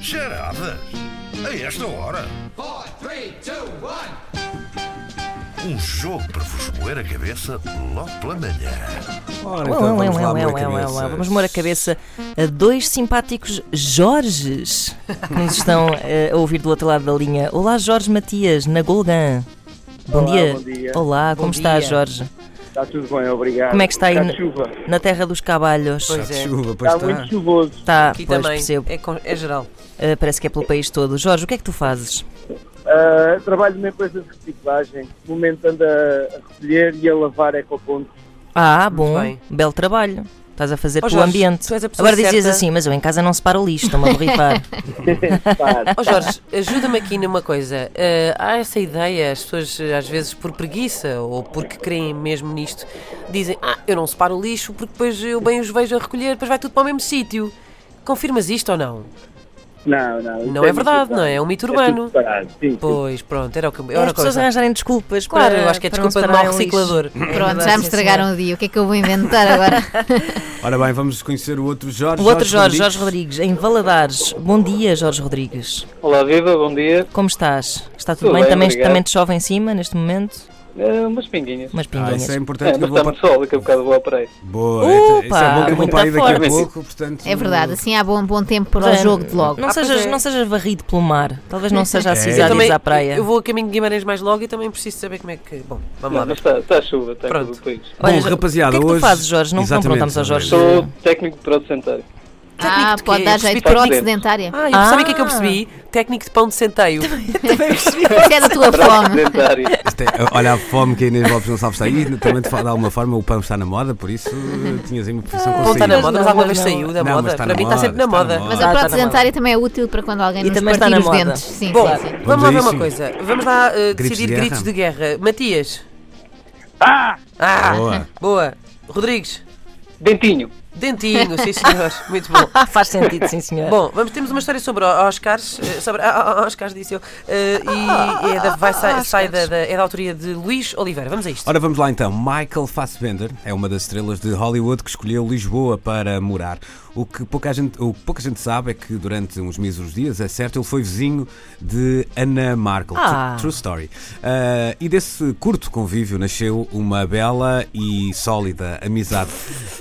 Charadas? A esta hora? Four, three, two, one. Um jogo para vos moer a cabeça logo pela manhã. Ora, Ué, ué, então vamos ué, lá ué, moer ué, ué, ué. cabeças. Vamos moer a cabeça a dois simpáticos Jorges que nos estão eh, a ouvir do outro lado da linha. Olá, Jorge Matias, na Golgan. Bom, Olá, dia. bom dia. Olá, como Bom está, dia. Jorge? Está tudo bem, obrigado. Como é que está aí Está na- de chuva. Na terra dos cabalhos. Pois é. Chuva, pois Está está. muito chuvoso. Está, Aqui pois também. percebo. É, con- é geral. Eh, parece que é pelo país todo. Jorge, o que é que tu fazes? Ah, trabalho numa empresa de reciclagem. No momento anda a recolher e a lavar é ecopontos. Ah, bom, bem. belo trabalho. Estás a fazer Ó, pelo Jorge, ambiente. tu és a pessoa Agora dizias certa. assim, mas eu em casa não separo o lixo, estou-me a borrifar. Pá, Ó Jorge, ajuda-me aqui numa coisa. Eh, há essa ideia, as pessoas eh, às vezes por preguiça ou porque creem mesmo nisto, dizem: Ah, eu não separo o lixo porque depois eu bem os vejo a recolher, depois vai tudo para o mesmo sítio. Confirmas isto ou não? Não, não. isso Não é muito verdade, separado. não é? É um mito tudo urbano. separado, sim, sim. Pois, pronto, era o que era o É as que eu pessoas pensava. arranjarem desculpas Claro, para, eu acho que é para não desculpa de mau separarem o lixo. reciclador. Pronto, verdade, já me sim, estragaram o dia. O que é que eu vou inventar agora? Ora bem, vamos conhecer o outro Jorge. O outro Jorge, Rodrigues. Jorge Rodrigues, em Valadares. Bom dia, Jorge Rodrigues. Olá Viva, bom dia. Como estás? Está tudo Tudo bem? bem, também, obrigado. também te chove em cima neste momento? Eh, umas pinguinhas. Umas Ah, pinguinhas. isso é É, importante que mas eu vou está para... muito sol, daqui a um bocado vou à praia. Boa, então, isso é Opa, bom que eu vou muito para aí daqui a forte. pouco, portanto... É verdade, assim há bom, bom tempo para o Portanto, jogo de logo. Não, Ah, sejas, pois é. não sejas varrido pelo mar. Talvez não seja Eu acisado à praia. Eu vou a caminho de Guimarães mais logo e também preciso saber como é que. Bom, vamos lá. Não, mas está, está a chuva, está em Pronto. todo o país. Bom, Olha, rapaziada, o que é que hoje- tu fazes, Jorge? Não, não Exatamente, perguntamos ao Jorge. Sou técnico de produto centenário. Ah, de quê? pode dar jeito. Espírito Prótese dentro. sedentária. Ah, eu percebi o que é que eu Ah. percebi? Técnico de pão de centeio. Isso é da tua Produto fome. dentário. Isto é- olha a fome que a Inês Lopes Gonçalves está aí. E também, de, fa- de alguma forma, o pão está na moda, por isso eh, tinhas aí uma Ah, profissão Pão está conseguida. na moda, mas Não, alguma mas vez não. saiu da Não, mas moda. está Para na mim está moda, sempre na está na moda. moda. Mas Ah, a está prótese na moda. dentária também é útil para quando alguém E nos também está partir na os moda. dentes. Sim, Bom, sim, sim. vamos, lá a ver isso. uma coisa. Vamos lá uh, Gritos decidir de gritos de guerra. Matias. Ah! Boa. Boa. Rodrigues. Dentinho. Dentinho, sim senhor. Muito bom. Ah, faz sentido, sim senhor. Bom, vamos, temos uma história sobre o- Oscars, eh, sobre ah, ah, Oscars, disse eu, eh, Ah, e é da, vai, sai, sai da, da- é da autoria de Luís Oliveira. Vamos a isto. Ora, vamos lá então. Michael Fassbender é uma das estrelas de Hollywood que escolheu Lisboa para morar. O que pouca gente, o que pouca gente sabe é que durante uns míseros dias, é certo, ele foi vizinho de Anna Markle. Tru- Ah. True story. Ah, e desse curto convívio nasceu uma bela e sólida amizade.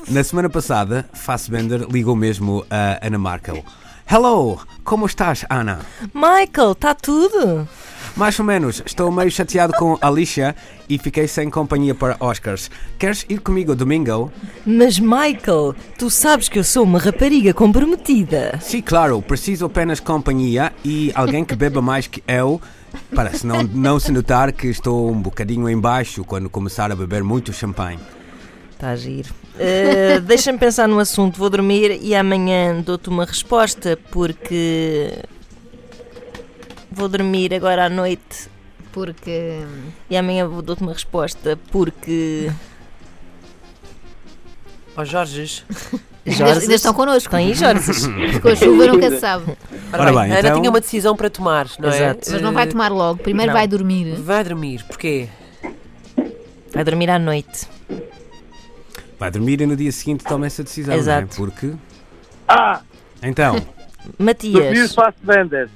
Na semana passada, Fassbender ligou mesmo a Anna Markle. Hello, como estás, Ana? Michael, está tudo? Mais ou menos, estou meio chateado com a lixa e fiquei sem companhia para Oscars. Queres ir comigo domingo? Mas Michael, tu sabes que eu sou uma rapariga comprometida. Sim, claro, preciso apenas companhia e alguém que beba mais que eu, para se não, não se notar que estou um bocadinho em baixo quando começar a beber muito champanhe. Está a giro. Eh, Deixa-me pensar no assunto, vou dormir e amanhã dou-te uma resposta porque vou dormir agora à noite Porque. e amanhã vou- dou-te uma resposta porque Ó Jorges. Ainda, ainda estão connosco. estão aí Jorges. Com a chuva nunca se sabe. Ora bem, Ana então- tinha uma decisão para tomar, não é? Exato. Mas não vai Eh, tomar logo. Primeiro Não. vai dormir. Vai dormir, porquê? Vai dormir à noite. Vai dormir e no dia seguinte toma essa decisão, não é? Exato. Porque. Ah, Então, Matias, dormir faço vendas.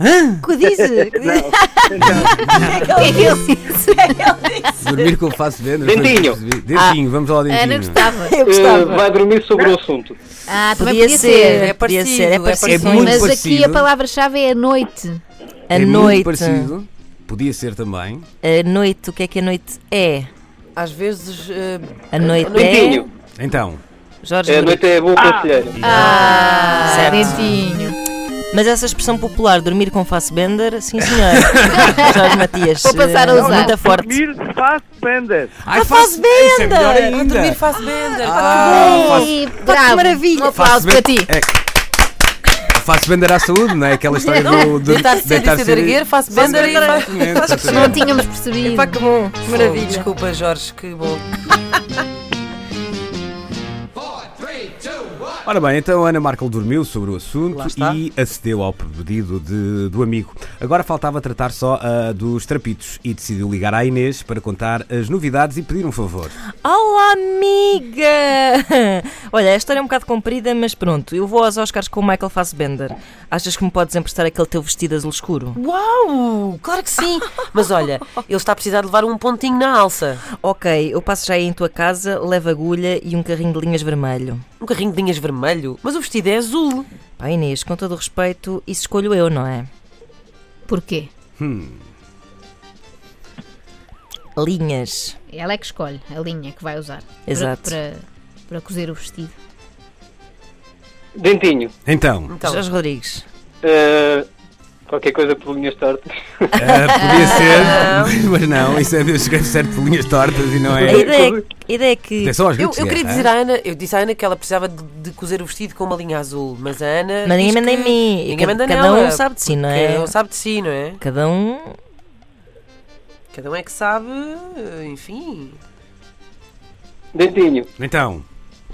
o que dizes? O que é que ele disse? dormir com o faço dentro. Dentinho. Ah, Dentinho, vamos é lá, Ana dentinho. gostava. Eu Eh, gostava. vai dormir sobre o assunto. Ah, também Podia ser, podia ser. É podia parecido, ser, é é parecido. parecido. Muito Mas aqui parecido. a palavra-chave é a noite. A é muito noite. parecido. Podia ser também. A noite, o que é que a noite é? Às vezes. eh, A noite é. Dentinho. Então, Jorge Eh, A Rodrigues. noite é boa conselheira. Ah, Certo. dentinho. Mas essa expressão popular, dormir com Fassbender, sim senhor. Jorge Matias. Vou passar a eh, usar. Muito forte. Dormir faço vendas. Ai, faz bem! Isso é melhor venda! ainda! dormir faz bender. Ah, Ei, bravo. maravilha. Um aplauso para ti. é Faço vender à saúde, não é? Aquela história do. do deitar cedo e cedo erguer, faço bender e faz. Não tínhamos percebido. Pá, que bom. que Oh, Maravilha. Desculpa, Jorge, que bom. Four, three, two, one. Ora bem, então a Ana Markel dormiu sobre o assunto Lá está. e acedeu ao pedido de- do amigo. Agora faltava tratar só ah, dos trapitos e decidiu ligar à Inês para contar as novidades e pedir um favor. Olá, amiga! Olha, a história é um bocado comprida, mas pronto, eu vou aos Oscars com o Michael Fassbender. Achas que me podes emprestar aquele teu vestido azul escuro? Uau! Claro que sim! Mas olha, ele está a precisar de levar um pontinho na alça. Ok, eu passo já aí em tua casa, levo agulha e um carrinho de linhas vermelho. Um carrinho de linhas vermelho, mas o vestido é azul. Pá, Inês, com todo o respeito, isso escolho eu, não é? Porquê? Linhas. Ela é que escolhe a linha que vai usar para- Exato. para, para cozer o vestido. Dentinho. Então, Então, Jorge Rodrigues. eh, qualquer coisa por minhas tortas. ah, podia ser, mas não, isso é Deus escreve certo por linhas tortas e não A é. ideia, a ideia é que. Atenção aos eu, gritos, eu queria guerra, dizer ah. à Ana, eu disse à Ana que ela precisava de, de cozer o vestido com uma linha azul, mas a Ana. Mas ninguém diz manda em que mim. Ninguém Cada- manda cada nela, um sabe de si, não porque é? Cada um sabe de si, não é? Cada um. Cada um é que sabe, enfim. Dentinho. Então,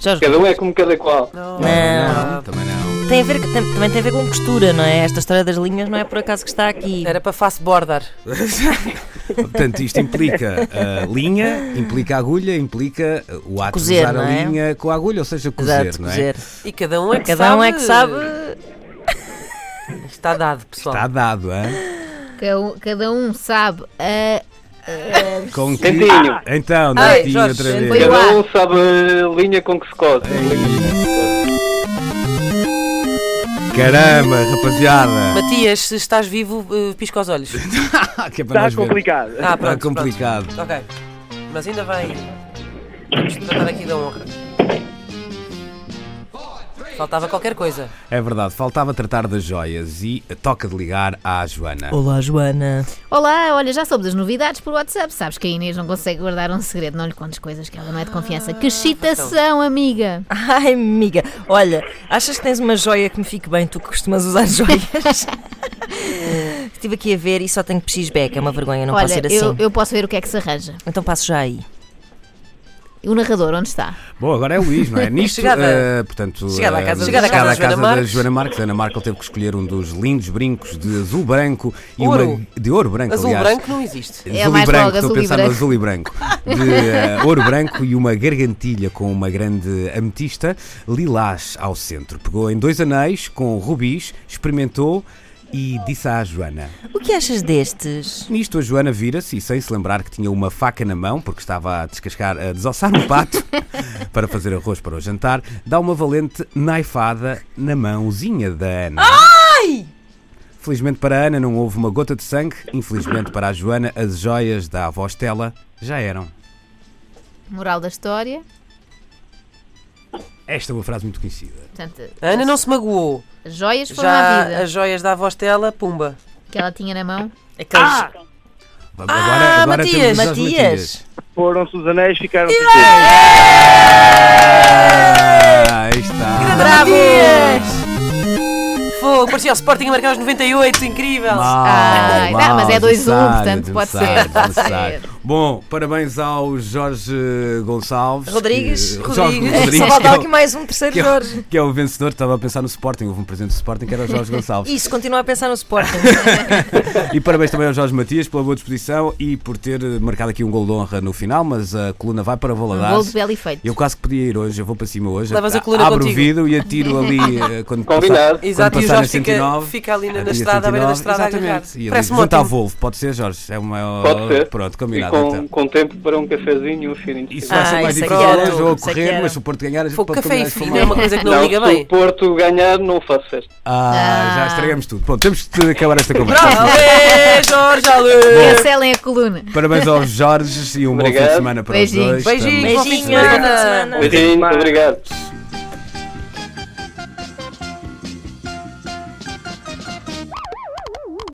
Jorge Cada um é como cada qual. Não. Ah. Não. também não. Tem a ver, tem- também tem a ver com costura, não é? Esta história das linhas não é por acaso que está aqui. Era para face border. Portanto, isto implica ah, linha, implica agulha, implica ah, o ato Cozer, de usar não a é? linha com a agulha, ou seja, cozer, Exato, não é? cozer. E cada um é que Cada sabe. um é que sabe. Está dado, pessoal. Está Tá dado, hã? Cada um- Cada um sabe ah, a. Com que- Dentinho. Então, Ai, Dentinho, Jorge, outra vez. foi Cada lá. um sabe a linha com que se cose. É Caramba, rapaziada! Matias, se estás vivo, eh, pisca os olhos. que é para Está nós vermos. complicado. Ah, Está pronto, complicado. pronto. Ok. Mas ainda vai. Vamos tratar aqui da honra. Faltava qualquer coisa. É verdade, faltava tratar das joias e toca de ligar à Joana. Olá, Joana. Olá, olha, já soube das novidades por WhatsApp. Sabes que a Inês não consegue guardar um segredo, não lhe contes coisas que ela não é de Ah, confiança. então. Que excitação, amiga! Ai, amiga. Olha, achas que tens uma joia que me fique bem? Tu que costumas usar joias. Estive aqui a ver e só tenho PXBEC. É uma vergonha, não olha, posso ir assim. eu, eu posso ver o que é que se arranja. Então passo já aí. E o narrador, onde está? Bom, agora é o Luís, não é? Nisto, Chegada- eh, portanto, chegada à eh, casa da- chegada à chegada casa à Joana da Marques. Joana Marques. Ana Markel teve que escolher um dos lindos brincos de azul branco e uma- Ouro. de ouro branco, Azul aliás. branco não existe. É Azul e mais branco, logo, estou a azul e pensar no branco. azul e branco. De eh, ouro branco e uma gargantilha com uma grande ametista lilás ao centro. Pegou em dois anéis com rubis, experimentou e disse à Joana. O que achas destes? Nisto a Joana vira-se e sem se lembrar que tinha uma faca na mão, porque estava a descascar, a desossar um pato para fazer arroz para o jantar, dá uma valente naifada na mãozinha da Ana. Ai! Felizmente para a Ana não houve uma gota de sangue, infelizmente para a Joana as joias da avó Estela já eram. Moral da história. Esta é uma frase muito conhecida. Portanto, A Ana não se magoou. as joias foram à Já vida as joias da avó dela, pumba. Ah! que ela tinha na mão. Aqueles... Vamos agora, agora Matias, temos aos Matias. Foram-se os anéis, ficaram se Ah, aí está. Bravo! Fogo, parecia o Sporting a marcar os 98, incrível! Mal, Ai, não, mal, mas é 2-1, necessário, portanto, pode ser, necessário, pode necessário. ser. Bom, parabéns ao Jorge Gonçalves. Rodrigues, que- Eh, Jorge Rodrigues. Só que, é faltava o- aqui mais um terceiro que é o- Jorge. que é o vencedor. Estava a pensar no Sporting, houve um presente do Sporting que era o Jorge Gonçalves. Isso, continua a pensar no Sporting. e parabéns também ao Jorge Matias pela boa disposição e por ter eh, marcado aqui um gol de honra no final, mas a coluna vai para Um Valadares. gol de belo efeito. Eu quase que podia ir hoje, eu vou para cima hoje. Levas a coluna abro contigo. o vidro e atiro ali eh, quando Combinado. passar- Exato, quando e o passar na Jorge fica- 109, fica ali na- na eh, estrada, à beira da 109, estrada, a agarrar. Exatamente. E ali, Parece-me junto à ótimo. Volvo, pode ser, Jorge? É uma, Pode ser. Pronto, E combinado. com, então. com tempo para um cafezinho e um fininho. Isso Ah, vai ser mais isso é difícil que era, hoje, ou a isso é que correr, era. mas se o Porto ganhar, a gente Fogo, pode café combinar e isso com fino é uma mais. coisa que não, Não, se liga o bem. Porto ganhar, não faço festa. Ah, já Ah. estragamos tudo. Pronto, temos de acabar esta conversa. Alê, Jorge, alê! Cancelem a coluna. Parabéns aos Jorges e um bom fim de Obrigado. semana para Beijinhos. os dois. Estamos- Beijinhos, bom fim de Beijinhos, bom fim de semana. semana. Beijinhos, obrigado.